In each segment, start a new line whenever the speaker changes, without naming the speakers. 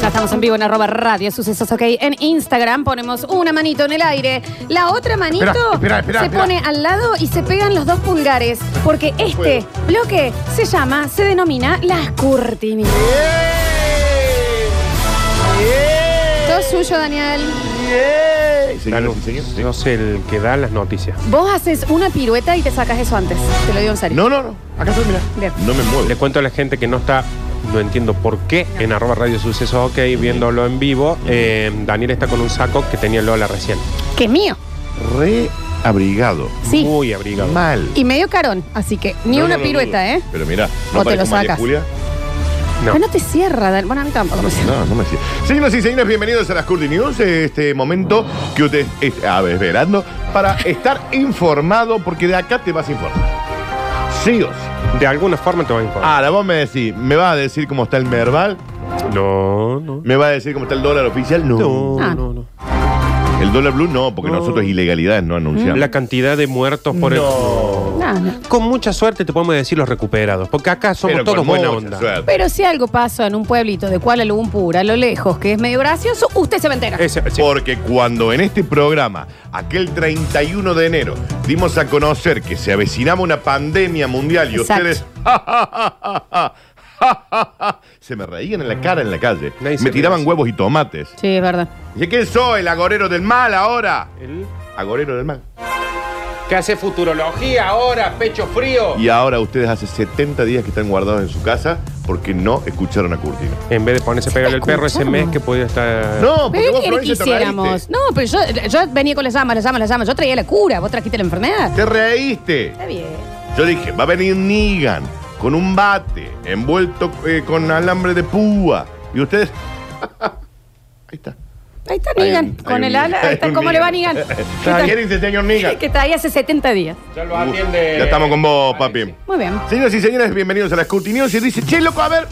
Ya estamos en vivo en arroba radio sucesos, ok. En Instagram ponemos una manito en el aire, la otra manito
Esperá, esperá, esperá,
se
esperá.
pone al lado y se pegan los dos pulgares, porque este bloque se llama, se denomina las cortinas. Todo suyo, Daniel.
Claro, sí, señor.
No sé el que da las noticias.
Vos haces una pirueta y te sacas eso antes. Te lo digo en serio.
No, no, no. Acá estoy, mira.
Bien.
No me muevo.
Le cuento a la gente que no está, no entiendo por qué, en arroba radio sucesos, ok, viéndolo en vivo. eh, Daniel está con un saco que tenía Lola recién.
Que es mío.
Re abrigado.
Sí.
Muy abrigado.
Mal.
Y medio carón, así que ni
No,
una
no lo
pirueta,
dudo.
¿eh?
Pero mira,
O
no
te
parece
lo
María
sacas.
Julia.
No.
No. no te cierra, Dan- Bueno, a mí tampoco me cierra.
No, no me decía. Señoras y señores, bienvenidos a las Curti News. Este momento que usted está esperando para estar informado, porque de acá te vas a informar. Sí o sí.
De alguna forma te va a informar.
Ahora vos me decís, ¿me vas a decir cómo está el Merval?
No, no.
¿Me vas a decir cómo está el dólar oficial? Ah. No.
No,
Ah.
no, no.
El dólar blue no, porque
No.
nosotros ilegalidades no anunciamos.
La cantidad de muertos por
No.
No, no.
el. Con mucha suerte te podemos decir los recuperados, porque acá somos
Pero
todos
con
buena
mucha
onda.
suerte.
Pero si algo pasa en un pueblito de Kuala Lumpur, a lo lejos, que es medio gracioso, usted se va a enterar.
Ese- sí.
Porque cuando en este programa, aquel 31 de enero, dimos a conocer que se avecinaba una pandemia mundial y
Exacto.
ustedes ja, ja, ja, ja, ja, ja, ja, ja, se me reían en la cara en la calle.
Nadie se
me
ríe
tiraban
así.
huevos y tomates.
Sí, es verdad.
¿Y quién soy? El agorero del mal ahora. Agorero del mal.
Que hace futurología ahora, pecho frío.
Y ahora ustedes hace 70 días que están guardados en su casa porque no escucharon a Curtino.
En vez de ponerse a pegarle el perro ese
Escuchamos.
mes que podía estar.
No, porque
¿Pero
vos
qué le
Florencia, te
quisiéramos?
reíste.
No, pero yo, yo venía con las llamas, las llamas, las llamas. Yo traía la cura, vos trajiste la enfermedad.
Te reíste.
Está bien.
Yo dije, va a venir Negan con un bate envuelto eh, con alambre de púa. Y ustedes. Ahí está.
Ahí está
Hay
Nigan,
un- hay
con
un
el ala.
Negan,
Ahí
hay
está,
un
¿cómo le va Nigan?
Negan.
¿Qué
Está
tal?
bien, dice, señor Negan.
Que está ahí hace 70 días.
Ya lo
Uf,
atiende.
Ya estamos con vos, papi.
Muy bien.
Señoras y señores, bienvenidos a las Curtinios. Y dice, che, loco, a ver.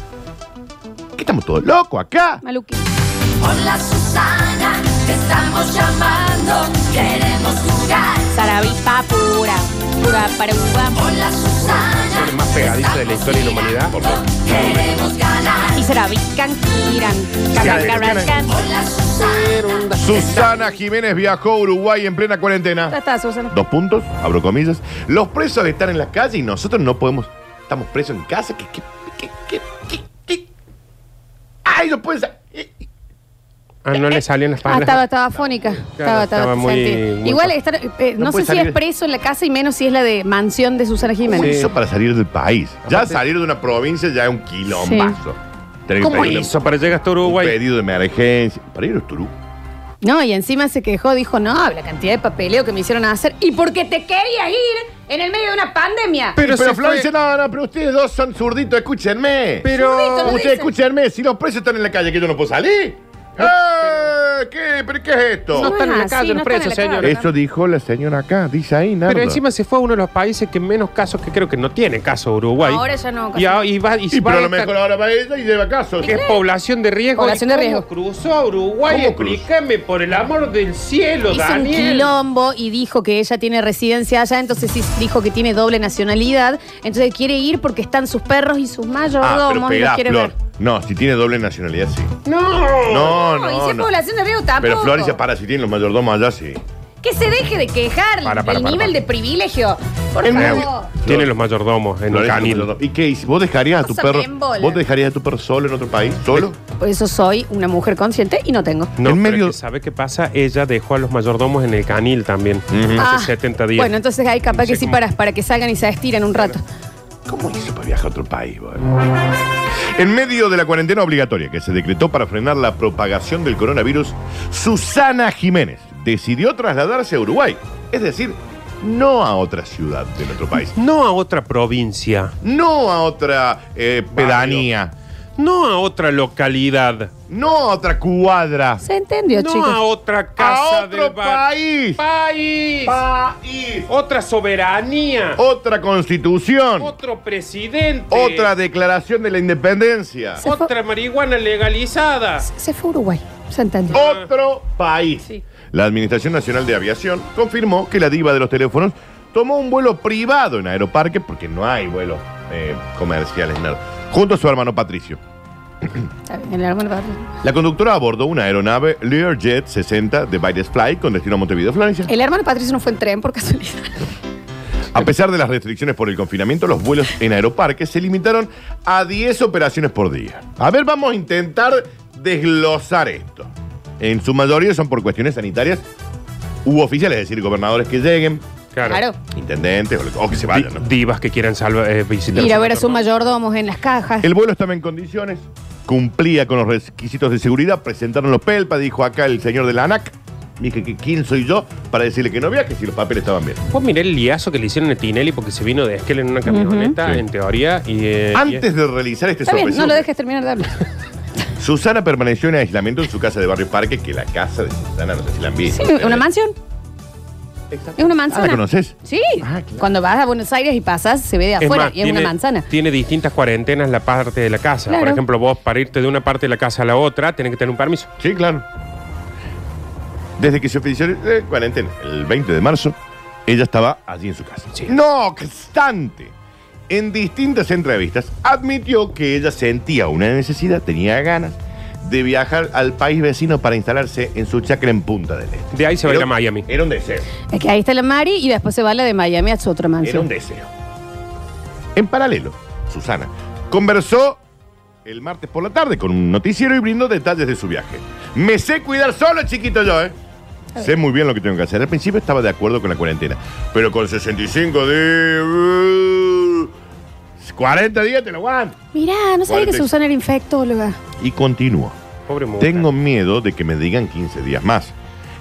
¿Qué estamos todos locos acá?
Maluki.
Hola Susana, te estamos llamando, queremos jugar.
Sarabipa pura. Pura para uva.
Hola Susana,
El más pegadizo de la historia de la humanidad.
queremos ganar.
Y Sarabican Kiran. Cacacarascan.
Hola Susana,
Susana Jiménez viajó a Uruguay en plena cuarentena.
Ya está, Susana.
Dos puntos, abro comillas. Los presos están en la calle y nosotros no podemos. Estamos presos en casa. ¿Qué, qué, qué, qué, qué, qué? ¡Ay, no eh, puedes!
Ah, no le salían las
Ah,
palabras.
estaba, estaba fónica. estaba, estaba,
estaba muy-
sentí.
muy
Igual,
fa-
estar, eh, no,
No
sé
puede
si es
salir.
preso en la casa y menos si es la de mansión de Susana
¿Cómo
Jiménez.
Sí.
hizo para salir del país? Ya
Aparte-
salir de una provincia ya es un quilombazo. Tenés que
¿Cómo
pedir un-
Eso para llegar hasta
Un
Uruguay.
pedido de emergencia. Para ir a Turú.
No, y encima se quejó, dijo, no, la cantidad de papeleo que me hicieron hacer. ¿Y porque te querías ir en el medio de una pandemia?
Pero se
Florencia,
fue-
no, no, pero ustedes dos son zurditos, escúchenme.
Zurdito, lo
Pero.
Ustedes
dicen.
escúchenme, si los presos están en la calle, que yo no puedo salir. ¡Eh! ¿Qué? ¿Pero qué es esto?
No
No
están en
es
la
así,
calle
no están
los
en
presos,
la calle.
señor.
Es-
Eso dijo la señora acá, dice ahí, nada.
Pero encima se fue a uno de los países que menos casos, que creo que no tiene caso Uruguay.
Ahora ya no,
Y, a- y va, y
Sí,
va
pero a
a
lo
esta-
mejor ahora va ella y lleva caso.
que es población de riesgo.
Población
¿Y
de
cómo
riesgo.
Cruzó a Uruguay,
¿Cómo cruzó?
explícame por el amor del cielo,
Hizo un
Daniel.
quilombo y dijo que ella tiene residencia allá, entonces sí dijo que tiene doble nacionalidad, entonces quiere ir porque están sus perros y sus
Ah, pero
mayordomos y los
espera,
quiere
Flor.
ver.
No, si tiene doble nacionalidad, sí.
No.
No,
y
no,
si es
no.
población de riesgo tampoco.
Pero Florencia, para, si tienen los mayordomos allá, sí.
Que se deje de quejar
Para, para,
el
para,
nivel de
para.
privilegio. Por
Es muy-
favor.
Tiene los mayordomos en el
Florencia, los
canil.
mayordomos. ¿Y qué hice? ¿Vos dejarías a tu
Cosa
perro?
bien bola.
¿Vos dejarías a tu perro solo en otro país? ¿Solo?
Por eso soy una mujer consciente y no tengo.
No,
En
pero
medio-
que ¿sabe qué pasa? Ella dejó a los mayordomos en el canil también.
Ah,
Hace 70 días.
Bueno, entonces ahí capaz
No sé
que sí
cómo.
para, para que salgan y se estiren un rato.
¿Cómo hizo para viajar a otro país, vos? En medio de la cuarentena obligatoria que se decretó para frenar la propagación del coronavirus, Susana Jiménez decidió trasladarse a Uruguay. Es decir, no a otra ciudad de nuestro país.
No a otra provincia.
no a otra eh, pedanía,
no a otra localidad,
No a otra cuadra.
Se entendió,
no a
chicos.
otra casa
a otro
del bar-
país.
País.
País.
otra soberanía.
Otra constitución.
otro presidente.
Otra declaración de la independencia.
Se fue-
otra marihuana legalizada.
Se fue a Uruguay. Se entendió.
Oh.
Otro país.
Sí.
La Administración Nacional de Aviación confirmó que la diva de los teléfonos tomó un vuelo privado en Aeroparque, porque no hay vuelos eh, comerciales, nada, junto a su hermano Patricio.
Está bien, el hermano Patricio.
La conductora abordó una aeronave Learjet 60 de Baides Fly con destino a Montevideo, Florencia.
El hermano Patricio no fue en tren por casualidad.
A pesar de las restricciones por el confinamiento, los vuelos en Aeroparque se limitaron a 10 operaciones por día. A ver, vamos a intentar desglosar esto. En su mayoría son por cuestiones sanitarias u oficiales, es decir, gobernadores que lleguen,
Claro.
intendentes o lo- o que se vayan. ¿no?
Di- Divas que quieran salva- eh, visitar.
Ir a ver a
su
sus mayordomos en las cajas.
El vuelo estaba en condiciones, cumplía con los requisitos de seguridad, presentaron los E PELPA, dijo acá el señor de la ANAC. Dije que quién soy yo para decirle que no viaje si los papeles estaban bien.
Vos mirá el liazo que le hicieron a Tinelli porque se vino de Esquel en una camioneta,
Sí.
en teoría. Y, eh,
Antes de realizar este
Está bien, no
sorpresón,
lo dejes terminar de hablar.
Susana permaneció en aislamiento en su casa de Barrio Parque, que la casa de Susana, no sé si la han
Sí,
visto.
una mansión. Es una manzana.
Ah, ¿la conoces?
Sí. Cuando vas a Buenos Aires y pasas, se ve de
Ah, es
afuera
más,
y es una manzana.
Tiene distintas cuarentenas la parte de la casa. Por
Claro.
ejemplo, vos para irte de una parte de la casa a la otra tenés que tener un permiso.
Sí, claro. Desde que se oficializó la cuarentena, el 20 de marzo, ella estaba allí en su casa. No obstante, en distintas entrevistas admitió que ella sentía una necesidad, tenía ganas de viajar al país vecino para instalarse en su chacra en Punta del Este.
De ahí se va a ir
Era-
a Miami.
Era un deseo.
Es que ahí está la Mari y después se va la de Miami a su otra
Era un
mansión.
deseo. En paralelo, Susana conversó el martes por la tarde con un noticiero y brindó detalles de su viaje. Me sé cuidar solo, chiquito yo, ¿eh? Sé muy bien lo que tengo que hacer. Al principio estaba de acuerdo con la cuarentena, pero con 65 de... 40 uh, días te lo aguanto.
Mirá, no sabía que
Cuarenta y-
Susana era infectóloga.
Y continúo.
Pobre mujer.
Tengo miedo de que me digan 15 días más.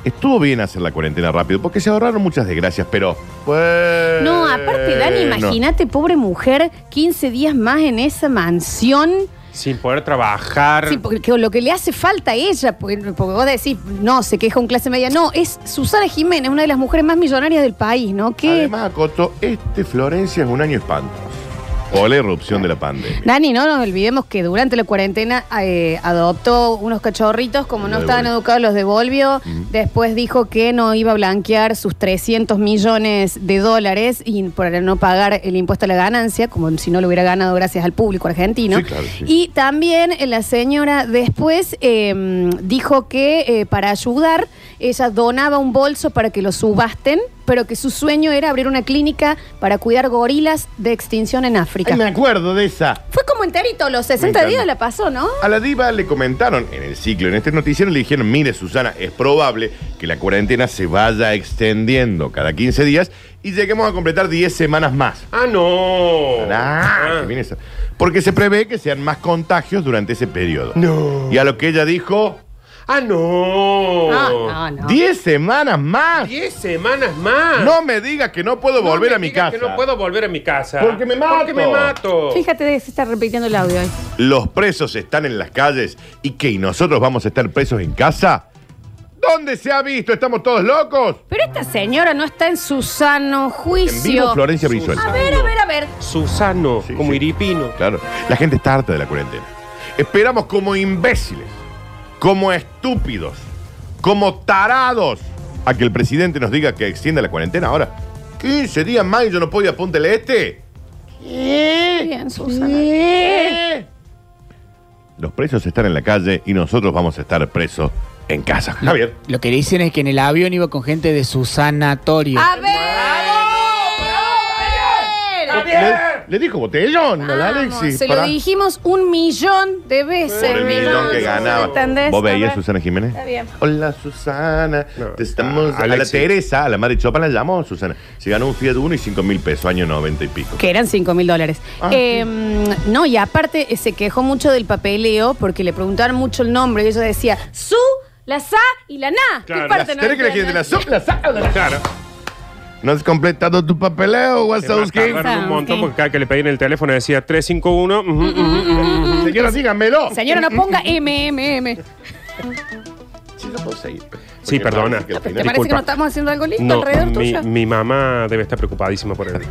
Estuvo bien hacer la cuarentena rápido porque se ahorraron muchas desgracias, pero... Pues,
No, aparte, Dani, imagínate, pobre mujer, 15 días más en esa mansión.
Sin poder trabajar.
Sí, porque que- lo que le hace falta a ella, porque, porque vos decís, no, se queja un clase media. No, es Susana Jiménez, una de las mujeres más millonarias del país, ¿no? Que,
Además, Acoto, este Florencia es un año espantoso. O la irrupción de la pandemia.
Dani, no nos olvidemos que durante la cuarentena eh, adoptó unos cachorritos, como
Los
no
de
estaban
Volvio.
educados los de Volvio. Después dijo que no iba a blanquear sus 300 millones de dólares y por no pagar el impuesto a la ganancia, como si no lo hubiera ganado gracias al público argentino.
Sí, claro, sí.
Y también eh, la señora después eh, dijo que eh, para ayudar ella donaba un bolso para que lo subasten, pero que su sueño era abrir una clínica para cuidar gorilas de extinción en África.
Ay, me acuerdo de esa.
Fue como enterito, los 60
encanta.
días la pasó, ¿no?
A la diva le comentaron en el ciclo, en este noticiero, le dijeron, mire Susana, es probable que la cuarentena se vaya extendiendo cada 15 días y lleguemos a completar 10 semanas más.
Ah, no.
Ah,
Ah.
que viene esa. Porque se prevé que sean más contagios durante ese periodo. No. Y a lo que ella dijo,
Ah,
Oh.
no.
Ah, No, no, no.
10 semanas más.
Diez semanas más.
No me digas que no puedo
No
volver
me
a mi
digas
casa.
Que no puedo volver a mi casa.
Porque me mato.
Porque me mato.
Fíjate, se está repitiendo el audio ahí.
los presos están en las calles y que nosotros vamos a estar presos en casa? ¿Dónde se ha visto? ¿Estamos todos locos?
Pero esta señora no está en su sano
En vivo
juicio.
Florencia Brizuela.
A ver, a ver, a ver.
Susano,
Sí,
como
sí.
iripino.
Claro, la gente está harta de la cuarentena. Esperamos como imbéciles, como estúpidos, como tarados a que el presidente nos diga que extienda la cuarentena ahora. 15 días más y yo no puedo ir a Punta del Este.
Bien, Susana.
Los presos están en la calle y nosotros vamos a estar presos en casa. Javier.
Lo que dicen es que en el avión iba con gente de su sanatorio.
A ver. A ver.
Le, le dijo botellón a la
Vamos,
Alexis.
se
para-
lo dijimos un millón de veces.
Por el millón que
¿no?
ganaba.
¿Entendés?
¿Vos
A
veías
ver.
a Susana Jiménez? Ah,
Está bien.
Hola, Susana.
No,
Te estamos.
a
a la
Alexis.
Teresa, a la madre Chopa la llamó Susana. Se ganó un Fiat Uno y 5 mil pesos, año 90 y pico.
Que eran 5 mil dólares.
Ah,
Eh, No, y aparte eh, se quejó mucho del papeleo porque le preguntaron mucho el nombre y ella decía su, la sa y la na.
Claro,
¿Qué parte
Las- tenés que elegir
entiendes?
de la so- la sa- la- Claro. ¿No has completado tu papeleo, Wazowski?
tardar.
un montón
Ok.
porque cada que le pedían el teléfono decía 351. ujú,
Mm,
ujú, ujú.
Señora, dígamelo.
Señora, no ponga MMM.
Sí, lo puedo seguir. pues.
Sí,
Porque
perdona.
parece que al
¿Te parece
final-
que
disculpa.
no estamos haciendo algo lindo
No,
alrededor
mi,
tuyo?
mi mamá debe estar preocupadísima por él.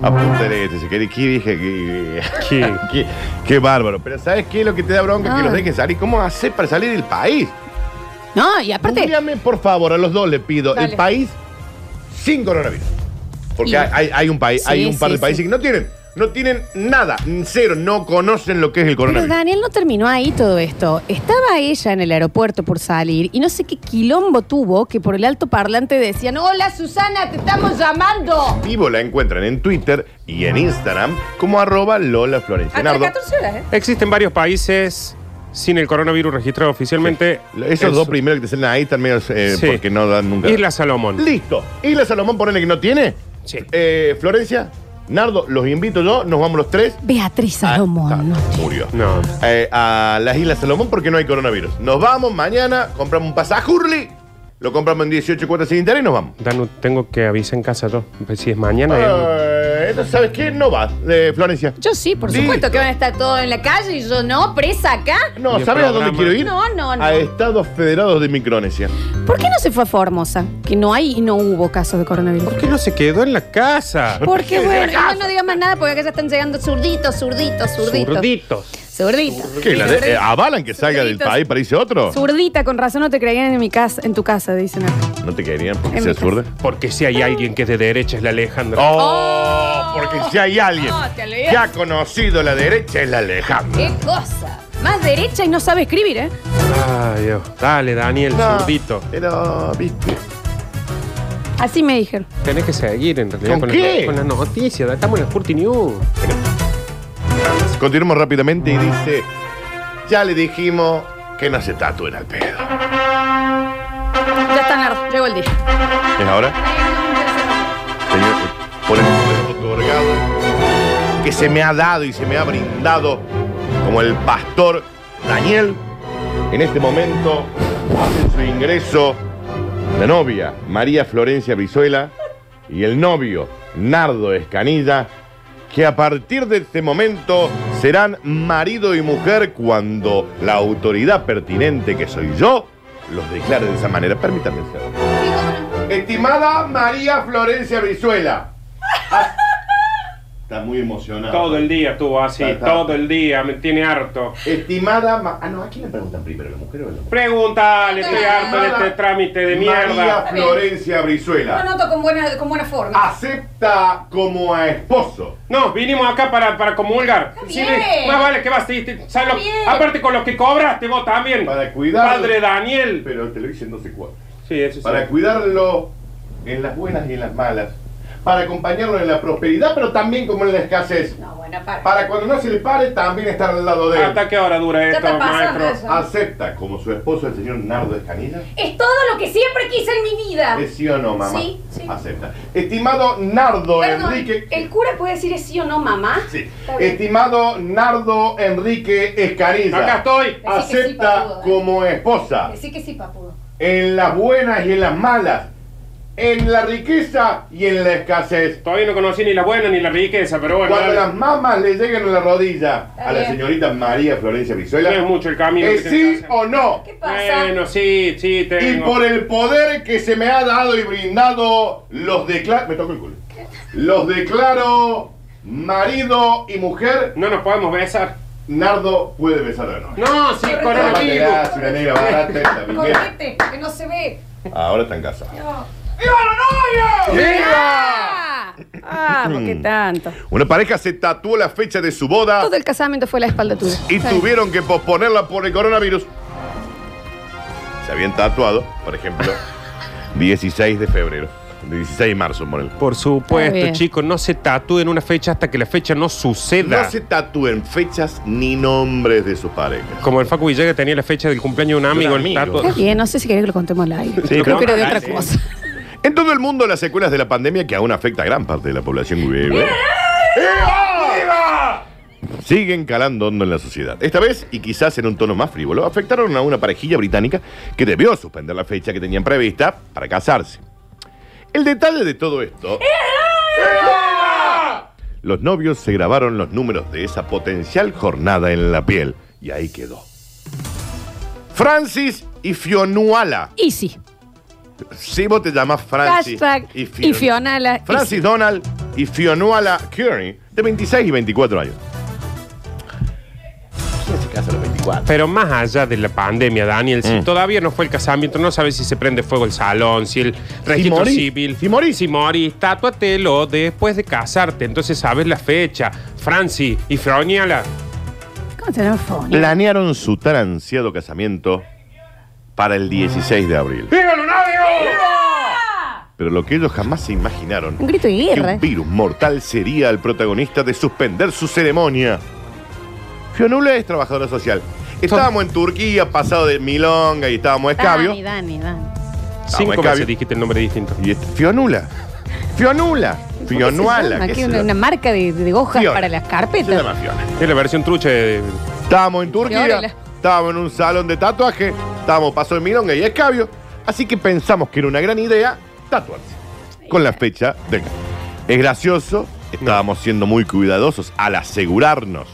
Apúntale este, si querés. ¿Qué dije? ¿Qué,
¿Qué?
qué- qué bárbaro. Pero ¿sabes qué es lo que te da bronca? Que
Ah.
los dejes salir. ¿Cómo haces para salir del país?
No, y aparte,
Googleame, por favor, a los dos le pido.
Dale.
El país sin coronavirus. Porque
Y-
hay, hay un país,
Sí,
hay un par
sí,
de países
sí.
que no tienen, no tienen nada, cero, no conocen lo que es el
pero
coronavirus.
Daniel no terminó ahí todo esto. Estaba ella en el aeropuerto por salir y no sé qué quilombo tuvo que por el alto parlante decían, hola Susana, te estamos llamando.
Vivo la encuentran en Twitter y en Instagram como arroba Lola Florencia
Hasta las
Nardo.
14 horas, ¿eh?
Existen varios países sin el coronavirus registrado oficialmente.
Esos dos
Eso.
primeros que te salen ahí están medio eh,
Sí.
porque no dan nunca.
Isla Salomón.
Listo. Isla Salomón, ponele que no tiene.
Sí.
Eh, Florencia, Nardo, los invito yo, nos vamos los tres.
Beatriz
Ah, está,
Salomón.
murió.
No.
Eh, a las Islas Salomón porque no hay coronavirus. Nos vamos mañana, compramos un pasaje Hurley, lo compramos en 18 cuotas sin interés y nos vamos.
Danu, tengo que avisar en casa yo. Pues Si es mañana. eh,
Eh, entonces, ¿sabes qué? No va, eh, Florencia.
Yo sí, por
Listo.
supuesto que van a estar todos en la calle y yo no, presa acá.
No,
Y el
¿sabes a dónde
programa.
quiero ir?
No, no, no.
A Estados Federados de Micronesia.
¿Por qué no se fue a Formosa? Que no hay y no hubo casos de coronavirus.
¿Por qué no se quedó en la casa?
Porque bueno, igual no digas más nada porque acá ya están llegando zurditos, zurditos, zurditos.
Zurditos.
Zurditos.
¿Qué? la de- eh,
Zurdita.
¿Avalan que salga del
Zurditos.
país para irse a otro?
Zurdita, con razón no te creían en mi casa, en tu casa, dicen acá.
¿No te querían porque
En
sea
mi casa.
zurda?
Porque si hay alguien que es de derecha es la Alejandra.
Oh, porque si hay alguien
No, Ah, te olvidas.
que ha conocido la derecha es la Alejandra.
¡Qué cosa! Más derecha y no sabe escribir, ¿eh?
Ay, Dios. Dale, Daniel,
No,
zurdito.
Pero, viste.
Así me dijeron.
Tenés que seguir en realidad
¿Con
con,
qué?
La, con las noticias. Estamos en el Sporting News.
Continuamos rápidamente y dice, ya le dijimos que no se tatúen al pedo.
Ya está Nardo, llegó el día.
¿Es ahora? Señor, por el poder otorgado que se me ha dado y se me ha brindado como el pastor Daniel, en este momento hace su ingreso la novia María Florencia Brizuela y el novio Nardo Escanilla, que a partir de este momento serán marido y mujer cuando la autoridad pertinente que soy yo los declare de esa manera. Permítanme, señor. Estimada María Florencia Brizuela. Ah, Está muy emocionada.
Todo el día estuvo así,
Está, está.
todo el día, me tiene harto.
Estimada. Ma- ah, no, ¿a quién le preguntan primero, la mujer o el hombre?
Pregúntale, estoy harto de este trámite de
María
mierda.
Florencia
Lo
Brizuela.
noto con buena, con buena forma.
Ah. Acepta como a esposo.
No, vinimos acá para, para comulgar. Sí,
bien.
ve, más vale que vas, sí, sí, ¿sabes lo-
Está bien.
aparte con lo que cobraste vos también.
Para cuidar-
Padre Daniel.
Pero te lo dicen no sé cuál.
Sí, eso sí.
Para cuidarlo en las buenas y en las malas. Para acompañarlo en la prosperidad, pero también como en la escasez.
No, buena parte.
Para cuando no se le pare, también estar al lado de él.
¿Hasta qué hora dura
Ya
esto,
está pasando
maestro?
eso.
Acepta como su esposo el señor Nardo Escanilla.
Es todo lo que siempre quise en mi vida.
¿Es sí o no, mamá?
Ah. Sí, sí.
Acepta. Estimado Nardo
Perdón,
Enrique.
¿el cura puede decir es sí o no, mamá?
Sí.
Está bien.
Estimado Nardo Enrique Escanilla.
Acá estoy.
que sí,
Acepta
papudo, dale.
como esposa.
Decí que sí, papudo.
En las buenas y en las malas. En la riqueza y en la escasez.
Todavía no conocí ni la buena ni la riqueza, pero bueno.
Cuando
dale.
las mamas le lleguen a la rodilla
Está
a la
bien.
señorita María Florencia Brizuela.
No es mucho el camino
¿Es
que tenés
sí
que hacer.
o no?
¿Qué pasa?
Bueno, sí, sí,
Y
tengo.
por el poder que se me ha dado y brindado, los declaro. Me toco el culo. Los declaro marido y mujer.
No nos podemos besar.
Nardo puede besar a novia.
No,
Correcto.
sí,
Tómate,
coronavirus.
gracias, una negra barata, la vinguera.
Correte, que no se ve.
Ahora están casados.
No.
¡Viva la novia!
Ah, ah, ¿por qué tanto?
Una pareja se tatuó la fecha de su boda
Todo el casamiento fue a la espalda tuya.
y tuvieron que posponerla por el coronavirus. Se habían tatuado, por ejemplo, 16 de febrero. 16 de marzo, Morel.
Por
Está
supuesto,
bien.
chicos, no se tatúen una fecha hasta que la fecha no suceda.
No se tatúen fechas ni nombres de sus parejas.
Como el Facu Villegas tenía la fecha del cumpleaños de un amigo, el
amigo.
tatu-
Está bien, no sé si querés que lo contemos al aire.
Sí,
Yo creo
claro.
que era de
Ah,
otra
sí.
cosa.
En todo el mundo las secuelas de la pandemia que aún afecta a gran parte de la población griega, siguen calando hondo en la sociedad. Esta vez, y quizás en un tono más frívolo, afectaron a una parejilla británica que debió suspender la fecha que tenían prevista para casarse. El detalle de todo esto. ¡Era! Los novios se grabaron los números de esa potencial jornada en la piel. Y ahí quedó. Francis y Fionuala.
Y sí.
Si vos te llamas Francis
Hashtag
Ah, y Fion-
y Fionala.
Francis Donald y Fionuala Curie, de 26 y 24 años. ¿Quién se casa a los 24?
Pero más allá de la pandemia, Daniel, si
Mm.
todavía no fue el casamiento, no sabes si se prende fuego el salón, si el registro
morís,
civil.
si morís.
Si morís, tatuatelo después de casarte. Entonces sabes la fecha. Franci y Froniala.
Ah,
¿Cómo se llama Foni?
Planearon su tan ansiado casamiento para el 16 de abril. Pero lo que ellos jamás se imaginaron
Un grito de
que
guerra.
un virus mortal sería el protagonista de suspender su ceremonia. Fionula es trabajadora social. Estábamos en Turquía, pasado de Milonga y estábamos escabio.
Dani, Dani, Dani.
Cinco
Escabio.
veces dijiste el nombre distinto.
Y es Fionula. Fionula. Fionuala.
Aquí
qué sé
una,
yo.
una marca de, de hojas
Fiona.
para las
Se llama
carpetas.
Fiona.
Es la versión trucha de.
Estábamos en Turquía,
Fiorella.
estábamos en un salón de tatuaje, estábamos paso de Milonga y Escabio, así que pensamos que era una gran idea tatuarse con la fecha del Es gracioso, estábamos siendo muy cuidadosos al asegurarnos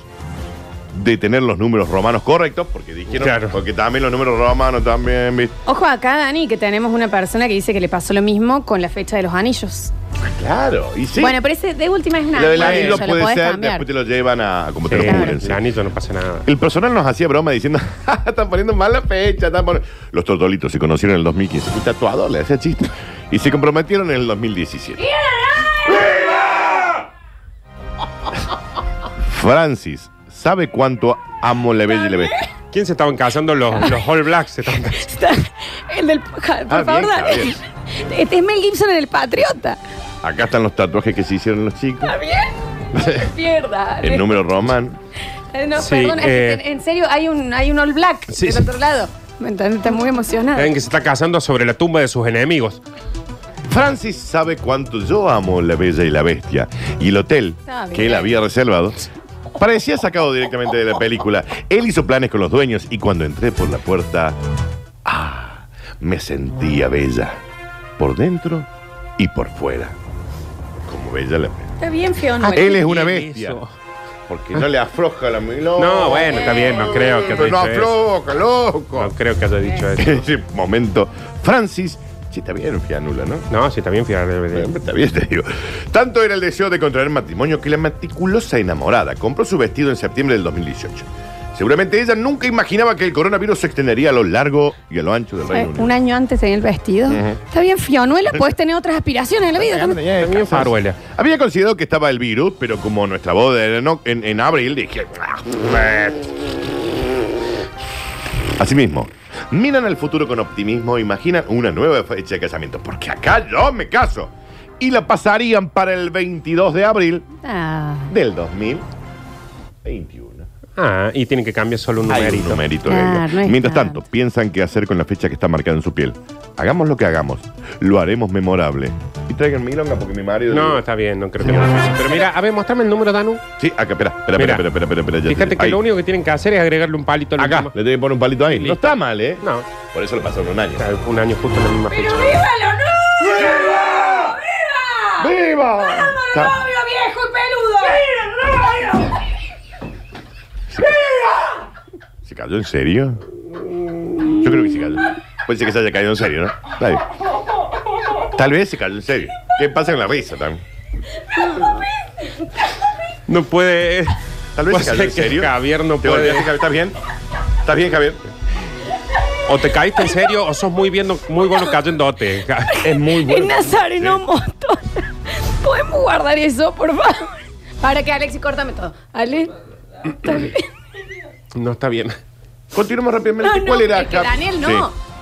de tener los números romanos correctos, porque dijeron,
Claro.
porque también los números romanos también, ¿viste?
Ojo acá, Dani, que tenemos una persona que dice que le pasó lo mismo con la fecha de los anillos.
Claro, y sí.
Bueno, pero ese de última es una.
lo del
bueno,
anillo
ya lo
puede
podés
ser,
cambiar.
después te lo llevan a como te
Sí,
lo cubren, sí.
el anillo no pasa nada.
El personal nos hacía broma diciendo, "Ja, ja, están poniendo mala fecha. Están poniendo-". Los tortolitos se conocieron en el 2015. Y tatuador le hacía chiste. Y se comprometieron en el 2017. Francis, ¿sabe cuánto amo la bella y la bestia?
¿Quién se estaban casando? Los, los All Blacks se estaban casando.
Está- el del. Por
Ah, bien,
favor, Dani.
bien.
Este es Mel Gibson en El Patriota.
Acá están los tatuajes que se hicieron los chicos.
Está bien. No te pierdas.
El número román.
Eh, No,
Sí,
perdón, es que
eh,
en- en serio hay un, hay un All Black
Sí,
del
sí.
otro lado. ¿Me entiendes? Está muy emocionada.
Saben que se está casando sobre la tumba de sus enemigos.
Francis sabe cuánto yo amo la bella y la bestia. Y el hotel
Está bien.
que él había reservado parecía sacado directamente de la película. Él hizo planes con los dueños y cuando entré por la puerta, ah, me sentía bella. Por dentro y por fuera. Como bella la bestia.
Está bien, Fiona.
Ah, Él es una
bien
bestia.
eso.
Porque no le afloja la milonga.
No, bueno, está bien, no creo que haya
Oh. Pero no
dicho eso.
afloja,
No
loco.
creo que haya dicho eso.
En ese momento, Francis, sí está bien, Fianula, ¿no?
No, sí, también fui a
Eh, Está bien, te digo. Tanto era el deseo de contraer matrimonio que la meticulosa enamorada compró su vestido en septiembre del 2018. Seguramente ella nunca imaginaba que el coronavirus se extendería a lo largo y a lo ancho del
Eh,
Reino
un
Unido.
año antes tenía el vestido. Está bien, Fionuela, puedes tener otras aspiraciones en la vida. también.
También Faruela.
Había considerado que estaba el virus, pero como nuestra boda era en, en- en abril, dije... "Ah, eh". Asimismo, miran al futuro con optimismo, imaginan una nueva fecha de casamiento, porque acá yo me caso. Y la pasarían para el 22 de abril
Ah,
del 2021.
Ah, y tienen que cambiar solo un
Hay un
numerito.
numerito
Claro,
de ello.
no es
Mientras tanto,
tanto.
piensan qué hacer con la fecha que está marcada en su piel. Hagamos lo que hagamos, lo haremos memorable. Y traigan milonga porque mi marido.
No, está bien, no creo que Pero mira, a ver, mostrame el número, Danu.
Sí, acá, espera, espera,
Mira.
espera, espera, espera, espera, ya
Fíjate
te-
que
ahí.
lo único que tienen que hacer es agregarle un palito al
Acá, le
último.
tengo que poner un palito ahí.
Listo.
No está mal, ¿eh?
No,
Por eso le pasaron un año.
o sea, un año justo en la misma fecha.
¡Viva! Está-
viejo y peludo!
¿Se cayó en serio? Yo creo que se cayó. Puede ser que se haya caído en serio, ¿no? Está bien. Tal vez se cayó en serio. ¿Qué pasa con la risa también?
No puede. eh,
Tal vez
Puede
se cayó
ser
en
que
serio.
Javier no
¿Te
puede.
olvidaste, Javier? ¿Estás bien? ¿Estás bien, Javier?
O te caíste en serio o sos muy, viendo, muy bueno cayéndote. Es muy
En Nazareno Montón. ¿Podemos guardar eso, por favor? Para que Alexi, córtame todo. ¿Ale? Está bien.
No está bien.
Continuamos rápidamente.
No, no,
¿Cuál era?
es que
Jav-
Daniel, no.
Sí.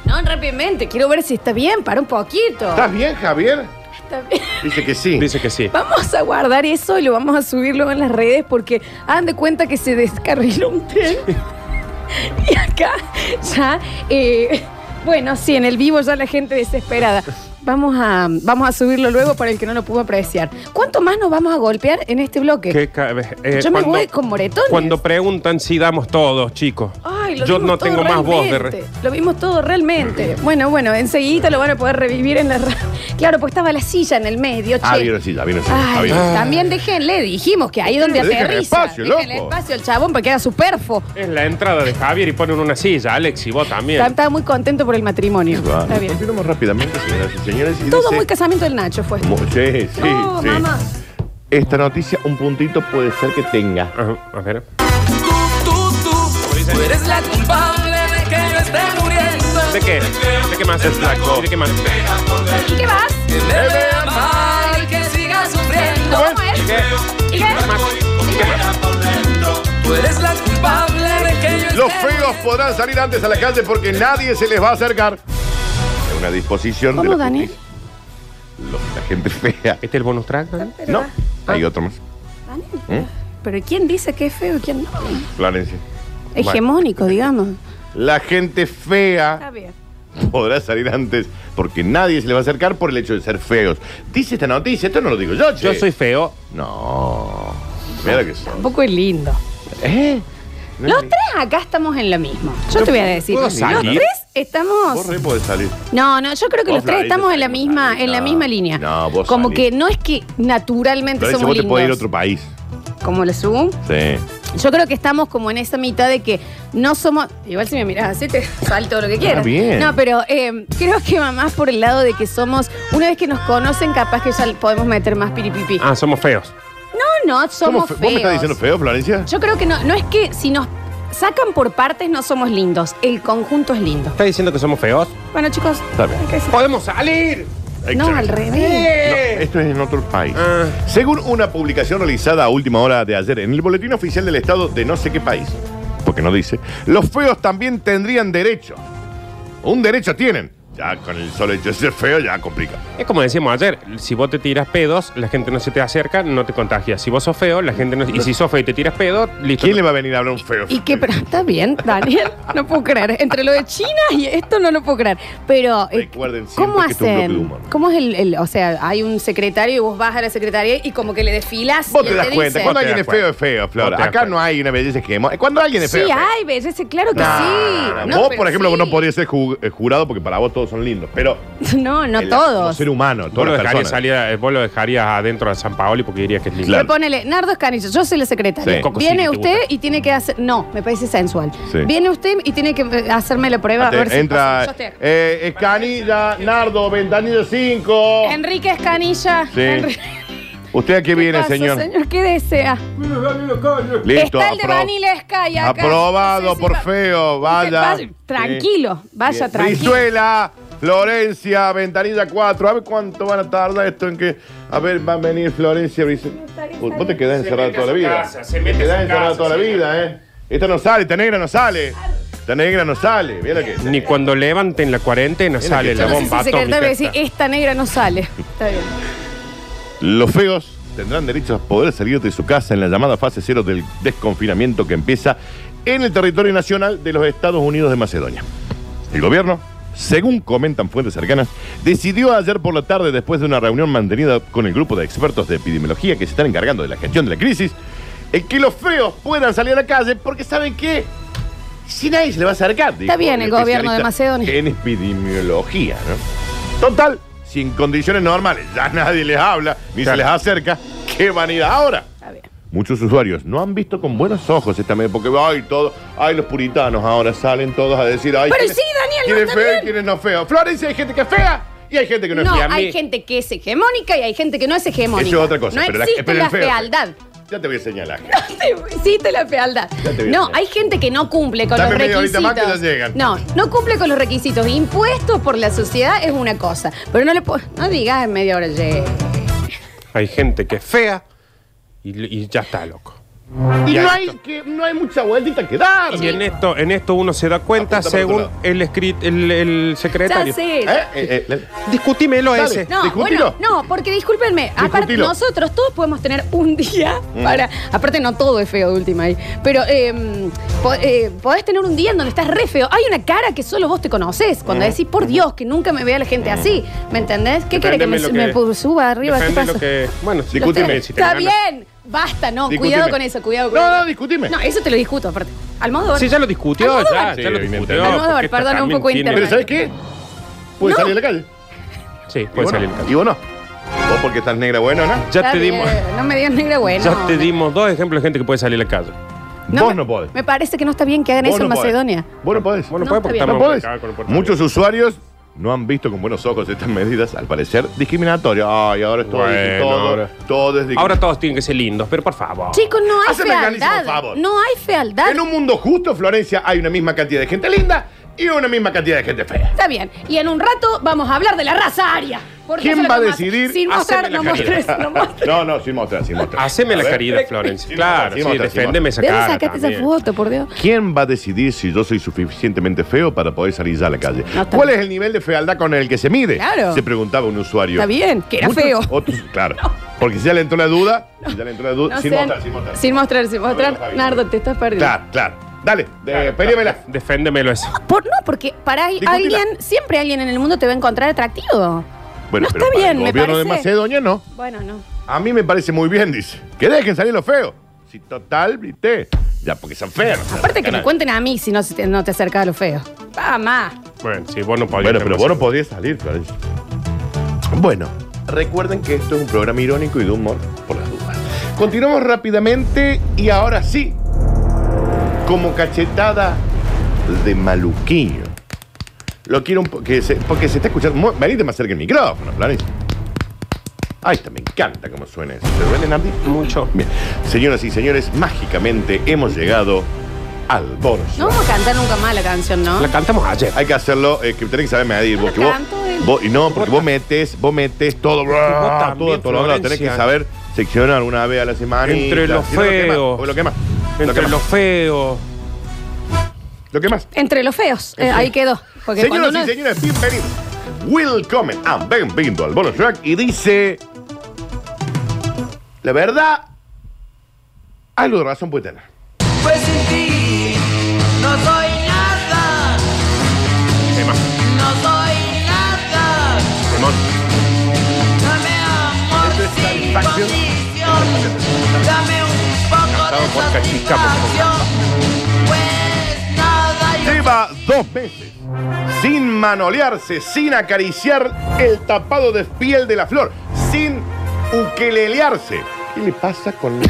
No, rápidamente. Quiero ver si está bien. Para un poquito.
¿Estás bien, Javier?
Está bien.
Dice que sí.
Dice que sí.
Vamos a guardar eso y lo vamos a subirlo en las redes porque hagan de cuenta que se descarriló un tren. y acá ya, eh, bueno, sí, en el vivo ya la gente desesperada. Vamos a, vamos a subirlo luego para el que no lo pudo apreciar. ¿Cuánto más nos vamos a golpear en este bloque?
Que ca- eh,
Yo me voy con moretones.
Cuando preguntan si damos todos, chicos.
Ay, y lo
Yo
vimos
no
todo
tengo más voz de
realmente. Lo vimos todo realmente. Bueno, bueno, enseguida lo van a poder revivir en la ra- Claro, pues estaba la silla en el medio, che.
Ah, vieron así, ya vieron así.
Ay,
está bien.
también déjenle, dijimos que ahí es donde
Déjenle
aterriza.
espacio,
déjenle
loco.
espacio al chabón porque era superfo.
Es la entrada de Javier y ponen una silla, Alex, y vos también.
Está- Estaba muy contento por el matrimonio.
Va,
Está bien.
Continuamos rápidamente, señoras y señores. y
Todo
dice-
muy casamiento del Nacho fue.
Mo- Sí, sí,
No,
sí.
Oh, mamá.
Esta noticia, un puntito puede ser que tenga.
Ajá, a ver.
Tú, tú, tú eres la culpable de que yo esté muriendo.
¿De qué? ¿De qué más? ¿Y ¿De qué más?
¿Y qué vas?
Que me vea mal y que siga sufriendo.
¿Cómo es?
¿Y qué?
¿Y qué?
¿Más? ¿Y qué más?
Tú eres la culpable de que yo esté
Los feos podrán salir antes a la calle porque nadie se les va a acercar. Es una disposición
¿Cómo,
de la
Daniel?
justicia. Lo- la gente fea.
¿Este es el bonus track? Dani?
Pero
No,
va-
hay otro más.
Daniel, Pero ¿quién dice que es feo y quién no?
Florencia.
Hegemónico, digamos.
La gente
Está
fea
bien.
podrá salir antes porque nadie se les va a acercar por el hecho de ser feos. Dice esta noticia, esto no lo digo yo,
Yo
che.
soy feo.
No. Mira que son.
Tampoco es lindo.
¿Eh?
Los tres acá estamos en lo mismo. Yo te voy a decir.
¿Puedo
Los
salir?
tres estamos.
Vos re podés salir.
No, no, yo creo que
Vos,
los tres
Florencia,
estamos en la
salís,
misma,
salís,
en la
no.
misma línea.
No, vos
Como
salís.
que no es que naturalmente
Florencia,
somos
vos te podés ir a
lindos.
otro país.
Como la Zoom.
Sí.
Yo creo que estamos como en esa mitad de que no somos. Igual si me miras así, te sale todo lo que quieras.
Ah, bien.
No, pero eh, creo que va más por el lado de que somos. Una vez que nos conocen, capaz que ya le podemos meter más piripipi.
Ah, somos feos.
No, no, somos
fe-
feos.
¿Vos me estás diciendo feo, Florencia?
Yo creo que no, no es que si nos sacan por partes no somos lindos. El conjunto es lindo.
¿Estás diciendo que somos feos?
Bueno, chicos.
Está bien.
hay que decir-
¡Podemos salir!
No,
Exacto.
al revés.
No,
¡Eh!
esto es en otro país.
Ah.
Según una publicación realizada a última hora de ayer en el Boletín Oficial del Estado de no sé qué país, porque no dice, los feos también tendrían derecho. Un derecho tienen. Ya con el solo hecho de ser feo ya complica.
Es como decíamos ayer, si vos te tiras pedos, la gente no se te acerca, no te contagia. Si vos sos feo, la gente no... Y si sos feo y te tiras pedos, listo.
¿Quién le va a venir a hablar a un feo?
Y que, pero está bien, Daniel, no puedo creer. Entre lo de China y esto no lo puedo creer. Pero, eh,
Recuerden siempre
¿cómo
que esto es un bloque de
hacen?
humor.
¿Cómo es el, el- o sea, hay un secretario y vos vas a la secretaria y como que le desfilas
Vos
y
te
él
das cuenta,
dice,
cuando
Vos te
alguien es
das
feo es
cuenta.
feo, Flora.
Vos te das
Acá no
cuenta.
hay una belleza hegemónica. Cuando alguien es
Sí,
feo. es feo.
hay veces, claro que
No,
sí.
no, no.
No,
vos,
pero
por ejemplo,
sí.
no podrías ser ju- eh, jurado porque para vos todos son lindos, pero
No, no
el- como
todos.
ser humano,
Vos
todas
lo,
las
dejarías
personas.
salir a- vos lo dejarías adentro de San Paoli porque dirías que es lindo.
Claro.
Le ponele, Nardo Escanilla, yo soy la secretaria.
Sí. Coco,
sí,
Viene
que te
usted
gusta.
y tiene que hacer. No, me parece sensual.
Sí.
Viene usted y tiene que eh, hacerme la prueba. a ver si pasa. Yo
Entra
estoy acá.
eh, Escanilla, Nardo, Ventanillo 5.
Enrique Escanilla.
Sí.
Enri-
¿Usted a qué viene,
pasa,
señor?
¿Qué desea?
Listo.
Está el de
apro-
Vanilla Sky acá.
Aprobado
Sí, sí,
por
va-
feo, vaya.
Vaya, tranquilo, vaya tranquilo.
Venezuela, Florencia, Ventanilla 4. A ver cuánto van a tardar esto en que. A ver, va a venir Florencia. Brice- Vos vos te quedás
Se
encerrado
mete a
toda la
su
vida.
casa, se mete
te
a
quedás
su
encerrado
casa,
toda la
señor.
vida, ¿eh? Esta no sale, esta negra no sale. ¿eh? Esta negra no sale. Mira que.
Ni cuando levanten la cuarentena
Mira
sale
que
la
yo
No sé
bomba
si secretario
atómica.
va a decir, esta negra no sale. Está bien.
Los feos tendrán derecho a poder salir de su casa en la llamada fase cero del desconfinamiento que empieza en el territorio nacional de los Estados Unidos de Macedonia. El gobierno, según comentan fuentes cercanas, decidió ayer por la tarde, después de una reunión mantenida con el grupo de expertos de epidemiología que se están encargando de la gestión de la crisis, el que los feos puedan salir a la calle porque saben que si nadie se le va a acercar. dijo
bien, el gobierno de
especialista
Macedonia.
En epidemiología, ¿no? Total, sin condiciones normales, ya nadie les habla ni se
Claro.
les acerca. ¿Qué van a ir ahora?
Está bien.
Muchos usuarios no han visto con buenos ojos esta medida porque ay, todo, ay, los puritanos ahora salen todos a decir, ay,
Pero
¿quién es-
sí, Daniel,
¿quién
no
es
está
feo y
bien.
quién es no feo? Florencia, hay gente que es fea y hay gente que no,
No,
es fea.
hay
mí-
gente que es hegemónica y hay gente que no es hegemónica.
Eso es otra cosa.
No
pero la-
existe
pero el
la,
feo-
fealdad.
Ya te voy a señalar.
Existe la fealdad.
Ya te voy a
No,
enseñar.
hay gente que no cumple con
Dame
los
media horita
requisitos.
más que ya llegan.
No, no cumple con los requisitos impuestos por la sociedad es una cosa, pero no le puedo, no digas en media hora llegué.
Hay gente que es fea y, y ya está, loco.
Y
Ya
no
listo.
hay, que, no hay mucha vueltita que dar. ¿Eh?
Y en esto, en esto uno se da cuenta
Apunta para
según
otro lado.
el, escrit- el, el
Ya
secretario.
sé.
¿Eh? Eh, eh,
Discutímelo
Dale.
ese.
No,
Discutilo.
bueno, no, porque discúlpenme, aparte
Discutilo.
nosotros todos podemos tener un día
Mm.
para. Aparte, no todo es feo de última ahí. Pero eh, po- eh, podés tener un día en donde estás re feo. Hay una cara que solo vos te conoces.
Mm.
Cuando decís, por Dios, que nunca me vea la gente así. ¿Me entendés? ¿Qué querés que me,
Defendeme lo
me
que-
suba arriba? ¿Qué
defende
pasa?
lo que- bueno,
Discutime.
discúlpeme si te
Está
ganas.
bien, Basta, no,
Discutime.
cuidado con eso, cuidado con
No,
eso.
no, discutime.
No, eso te lo discuto, aparte. Almodóvar.
Sí, ya lo discutió, ya,
Almodóvar.
ya lo
Sí,
discutió.
evidentemente.
Almodóvar,
porque esto
perdón, un
también
poco
tiene-
interna.
Pero ¿sabes qué? Puedes
No.
salir a la calle.
Sí,
Y
puede
vos
salir.
no. Y vos no. Vos porque estás negra bueno, ¿no?
Ya
Está
te
bien,
dimos,
No me digas negra bueno.
ya te dimos dos ejemplos de gente que puede salir a la calle.
vos
me-
no podés.
Me parece que no está bien que hagan
Vos
eso en
no podés.
Macedonia.
Vos no podés.
Bueno,
No,
puede
está
porque
bien.
No
estamos
podés.
acá con el portal.
Muchos usuarios no han visto con buenos ojos estas medidas, al parecer discriminatorias. Ay, ahora es todo,
Bueno,
todo,
ahora-
todo es
Ahora
discriminatorio.
todos tienen que ser lindos, pero por favor.
Chicos, no hay
Haceme el grandísimo
fealdad.
favor.
No hay fealdad.
En un mundo justo, Florencia, hay una misma cantidad de gente linda y una misma cantidad de gente fea.
Está bien. Y en un rato vamos a hablar de la raza aria. Porque
¿Quién
eso es lo
va a
que más-
decidir?
Sin
Haceme
mostrar,
la
no
caridad.
mostres, no mostres.
No, no, sin mostrar, sin mostrar.
Haceme la
A ver.
caridad, Florencia.
Sí,
Claro,
sí,
sí,
mostra, sí,
defendeme esa
¿De dónde
cara.
sacaste esa
también.
foto, por Dios?
¿Quién va a decidir si yo soy suficientemente feo para poder salir ya a la calle?
No, está
¿Cuál
bien.
es el nivel de fealdad con el que se mide?
Claro.
Se preguntaba un usuario.
Está bien, que era
Muchos
feo.
otros- claro. Porque si ya le entró la duda, si ya le entró la duda,
No
sin
sean-
mostrar, sin mostrar.
Sin mostrar, sin
No, no,
mostrar.
Fabi.
Nardo, te estás perdiendo.
Claro, claro. Dale, de,
Claro,
peleamela.
claro, Deféndemelo eso.
Por, no, porque para ahí
Discutila.
alguien, siempre alguien en el mundo te va a encontrar atractivo.
Bueno,
no está
para
bien,
el
me
gobierno
parece.
de Macedonia no.
Bueno, no.
A mí me parece muy bien, dice. Que dejen salir los feos. Si total, viste. Ya, porque son feos. no se
Aparte que
arrancan
me cuenten a mí si no, se te- no te acercas a lo feo. Va, más.
Bueno, sí, vos no podías.
Bueno, pero
tener
vos no
esa-
podías salir, Florencia. Bueno, recuerden que esto es un programa irónico y de humor, por las dudas. Continuamos rápidamente y ahora sí, como cachetada de maluquiño. Lo quiero un po- que se- porque se está escuchando. mu- Venite más cerca el micrófono, Florencia. Ahí está, me encanta cómo suena eso. ¿Te duele, Nardi?
Mucho.
Bien. Señoras y señores, mágicamente hemos llegado al bonus.
No vamos a cantar nunca más la canción, ¿no?
La cantamos ayer.
Hay que hacerlo, eh, que tenés que saber medir.
No
Vos,
lo
que vos,
canto, eh.
vos- y no, porque vos metes, vos metes todo,
también,
todo, todo, todo,
Florencia.
Tenés que saber seccionar una vez a la semana.
Entre los feos.
Lo que más. Lo que
Entre
más.
lo feo.
Lo que más.
Entre los feos. Eh, ahí quedó. Porque cuando uno-
Señoras y señores, bienvenidos. Welcome and bienvenido al bonus track. Y dice. La verdad. Algo de razón puede tener.
Pues sin ti no soy nada,
Tema.
no soy nada.
Simón.
Dame amor
Esto es
sin
satisfacción.
condición, dame un poco
Cantado por
de
Cachica, por favor.
satisfacción. Pues nada, yo
Lleva dos meses sin manolearse, sin acariciar el tapado de piel de la flor, sin ukelelearse. ¿Qué le pasa con mi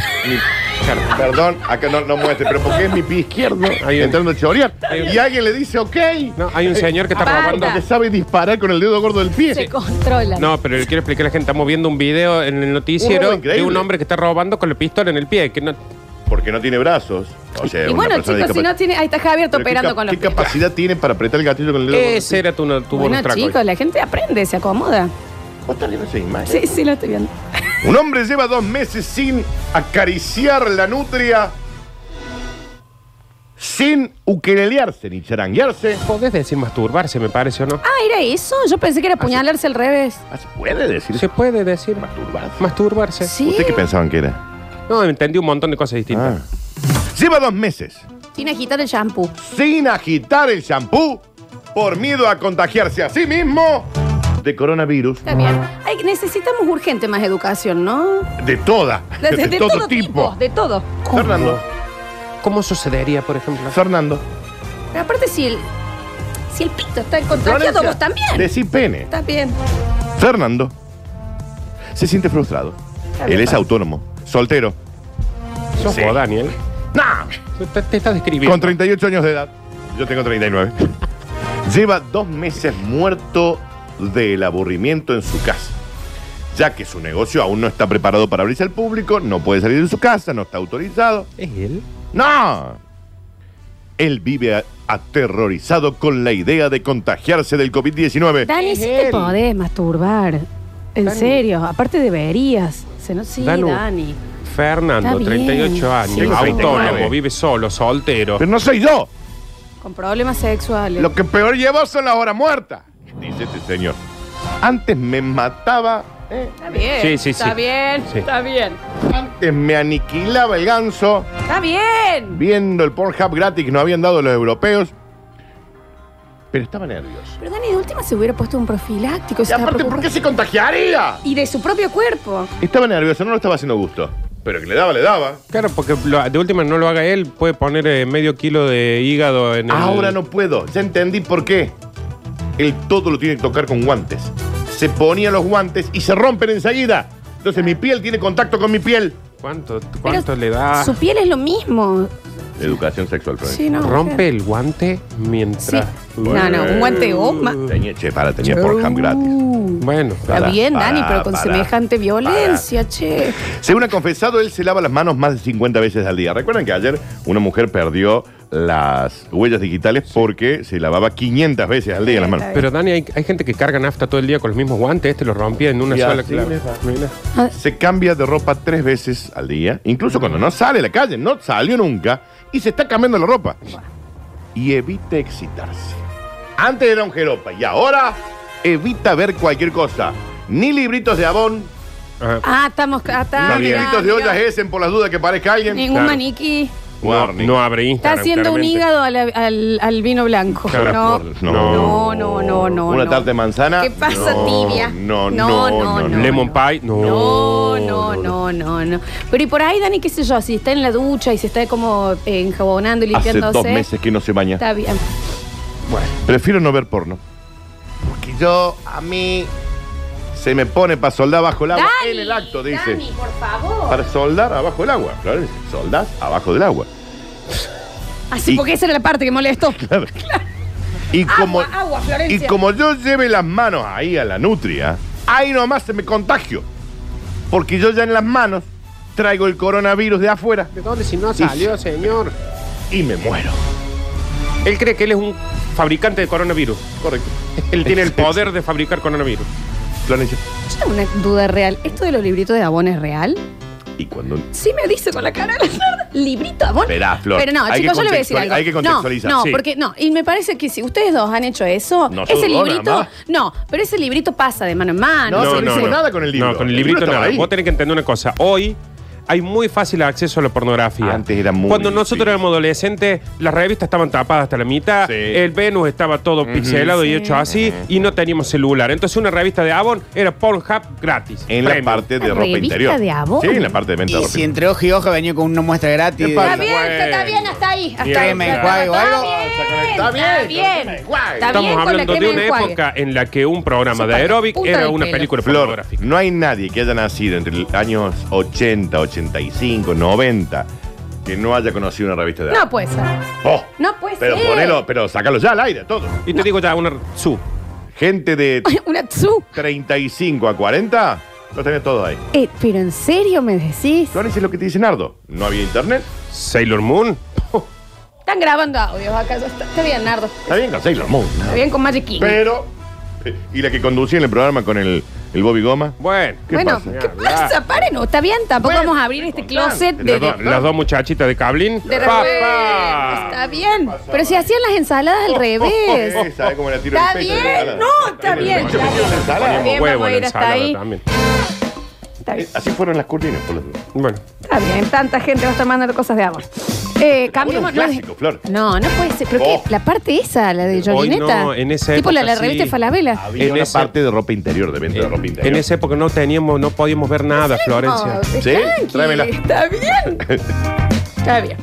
cara? Perdón, acá no, no muestre, pero porque es mi pie izquierdo
Hay un-
entrando a chorear.
hay un-
Y alguien le dice, ok.
No, hay un señor que está
Basta.
robando.
Que sabe disparar con el dedo gordo del pie.
se controla.
No, pero le quiero explicar a la gente. Estamos viendo un video en el
Un robo
noticiero
increíble.
de un hombre que está robando con la pistola en el pie. Que no,
Porque no tiene brazos. O sea,
y
una
bueno,
persona
chicos, si no
discapacitada.
tiene. Ahí está Javier
Pero ¿qué
operando
cap-
con los
¿Qué capacidad tiene para apretar el gatillo con el dedo gordo? del
ese
pie?
era tu, tu bonus
Bueno,
track hoy.
chicos, la gente aprende, se acomoda.
¿Vos estás viendo esa imagen?
Sí, sí, lo estoy viendo.
Un hombre lleva dos meses sin acariciar la nutria, sin ukelelearse ni charanguearse.
Podés decir masturbarse, me parece, ¿o no?
Ah, ¿era eso? Yo pensé que era apuñalarse al revés.
Ah, ¿Se puede decir
Se puede decir
masturbarse?
masturbarse.
Sí.
¿Usted qué pensaban que era?
No, entendí un montón de cosas distintas.
Ah. Lleva dos meses
Sin agitar el shampoo.
sin agitar el shampoo por miedo a contagiarse a sí mismo de coronavirus
Está bien. Ay, necesitamos urgente más educación, ¿no?
de toda,
De,
de,
de- de
todo, tipo.
De todo.
Fernando, Ah.
¿Cómo sucedería, por ejemplo?
Fernando.
Pero aparte, si el, si el pito está contagiado,
Florencia,
vos también.
Decí pene.
Está bien.
Fernando se siente frustrado. Él es autónomo, soltero,
Sos
Sí.
vos, Daniel. Te, te estás describiendo.
con 38 años de edad. Yo tengo 39. Lleva dos meses muerto del aburrimiento en su casa. Ya que su negocio aún no está preparado para abrirse al público, no puede salir de su casa, no está autorizado.
¿Es él?
¡No! Él vive a- aterrorizado con la idea de contagiarse del COVID-19.
Dani, si te podés masturbar. En
Dani.
serio, aparte deberías. Se no, sí,
Danu.
Dani.
Fernando,
Está bien.
38 años,
Tengo 39.
autónomo, vive solo, soltero.
Pero no soy yo.
Con problemas sexuales.
Lo que peor llevo son las horas muertas, dice este señor. Antes me mataba, ¿eh?
Está bien.
Sí, sí,
Está
sí.
bien.
Sí.
Está bien.
antes me aniquilaba el ganso
Está bien.
viendo el Pornhub gratis que nos habían dado los europeos. Pero estaba nervioso.
Pero Dani, de última se hubiera puesto un profiláctico. se
Y
estaba
aparte, ¿por
preocupando.
qué se contagiaría?
Y de su propio cuerpo.
Estaba nervioso, no lo estaba haciendo gusto. Pero el que le daba, le daba.
Claro, porque lo- de última no lo haga él, puede poner eh, medio kilo de hígado en el.
Ahora no puedo. Ya entendí por qué. Él todo lo tiene que tocar con guantes. Se ponía los guantes y se rompen enseguida. Entonces mi piel tiene contacto con mi piel.
¿Cuánto,
Pero
cuánto le da? Pues
Su piel es lo mismo.
Educación sexual, Florencia.
Sí, no.
Rompe el guante
Sí.
mientras.
No, no, un guante de goma. Uh.
Tenía, che, para, tenía por ham gratis.
Bueno,
Está
Para,
bien, Dani,
para,
pero con
para,
semejante violencia, che.
Según ha confesado, él se lava las manos más de 50 veces al día. Recuerdan que ayer una mujer perdió las huellas digitales porque se lavaba 500 veces al día las manos.
Pero Dani, hay, hay gente que carga nafta todo el día con los mismos guantes, este lo rompía en una
Y
sola
así
clave.
le
Mira.
Se cambia de ropa tres veces al día, incluso cuando no sale a la calle, no salió nunca, y se está cambiando la ropa. Y evita excitarse. Antes era un jeropa y ahora evita ver cualquier cosa. Ni libritos de abón,
Ajá.
Ah, estamos acá. está,
ni
mirá,
libritos de
mirá.
ollas Essen por las dudas que parezca alguien.
Ningún
eh. Claro.
maniquí.
No,
Warning.
no abre
Está
Instagram.
haciendo un
claramente.
hígado a la- al, al vino blanco.
Claro,
no.
por-
no, no, no, no.
Una
no.
tarta de manzana.
¿Qué pasa,
Ah, No,
tibia?
No,
No, no,
no, no.
no.
Lemon-
Lemon pie, no.
No, no, no, no, no. Pero y por ahí, Dani, qué sé yo, si está en la ducha y se está como eh, enjabonando y
Hace
limpiándose.
dos meses que no se baña.
Está bien.
Prefiero no ver porno. Porque yo, a mí, se me pone para soldar bajo el agua. en el acto, dice.
Dani, por favor.
Para soldar abajo del agua, Florencia. Soldás abajo del agua.
Así,
Y-
porque esa era la parte que molestó.
Claro. Y como,
agua, Florencia.
y como yo lleve las manos ahí a la nutria, ahí nomás se me contagio. Porque yo ya en las manos traigo el coronavirus de afuera
¿De dónde si no
salió,
señor?
y me muero.
Él cree que él es un fabricante de coronavirus.
Correcto.
Él tiene el poder de fabricar coronavirus.
Florencia.
Yo tengo una duda real. ¿Esto de los libritos de abón es real?
Y cuando.
Sí me dice con la cara de la cerda. Librito, amor.
Esperá, Flor.
Pero no,
Hay
chicos,
que
yo le voy a decir
contextual-
algo.
hay que contextualizar,
No, no
sí.
porque no. Y me parece que si ustedes dos han hecho eso,
Nosotros
ese
dos,
librito.
nada más.
No, pero ese librito pasa de mano en mano.
Ah, No,
se
no,
dice-
hicimos nada con el libro.
No, con el
El libro
librito
estaba
nada.
ahí.
Vos tenés que entender una cosa. Hoy hay muy fácil acceso a la pornografía.
Antes era muy
Cuando
difícil.
nosotros éramos adolescentes, las revistas estaban tapadas hasta la mitad,
Sí.
el Venus estaba todo pixelado y hecho así, y no teníamos celular. Entonces una revista de Avon era Pornhub gratis.
En
Premium.
la parte de
¿La
ropa
revista
interior.
de Avon?
Sí, en la parte de venta de
Y
ropa
si entre hoja y hoja venía con una muestra
¿Qué
gratis. de-
pasa?
Está bien, está, está bien, hasta ahí. Hasta ahí.
Crema enjuague o algo.
Está bien, está bien. Está
Estamos
bien con la
hablando de
crema
una
enjuague.
época en la que un programa de
Súper,
aeróbic
punta
era
del
una
pelo.
película
Flor,
pornográfica.
no hay nadie que haya nacido entre los años 80, 85, 90 que no haya conocido una revista de
No
arte.
puede ser.
Oh,
no puede
pero
ser.
ponelo, pero sácalo ya al aire, todo.
Y te digo ya, una sub.
Gente de
Una tzu.
35 a 40, lo tenés todo ahí.
Eh, pero en serio me decís.
Flores es lo que te dice Nardo. No había internet.
Sailor Moon.
Están grabando audios acá. Está, está bien, Nardo.
Está bien con Sailor Moon. ¿no?
Está bien con Magic King.
Pero. eh, Y la que conducía en el programa con el, el Bobby Goma.
Bueno.
¿qué
bueno,
pasa?
¿qué pasa? Paren, no, está bien, tampoco
Bueno,
vamos a abrir este
contame.
closet de,
Las,
de,
do- las dos muchachitas de Cablín.
de revés. Está bien. Pero si hacían las ensaladas al revés.
Eh, ¿sabe cómo la tiro
Está
en el pecho?
bien, no, está bien.
Yo me tiro en la ensalada.
Poníamos
Bien,
huevo
vamos a
en
ir
la
hasta
ensalada
ahí.
también.
Está bien.
Eh, Así fueron las cortinas, por los
Bueno.
Está bien, tanta gente va a estar mandando cosas de amor. Eh, cambiemos.
bueno, un clásico,
no,
Flor.
No, no puede ser. ¿Pero qué?
Oh.
La parte esa, la de
Hoy
Jolineta.
no, en esa
Tipo la, de la
época
revista
sí.
Falabella.
Había
En
una
esa-
parte de ropa interior, de venta de ropa interior.
En esa época no teníamos, no podíamos ver nada, Florencia.
Oh,
Sí,
tranqui,
tráemela.
Está bien. Está bien.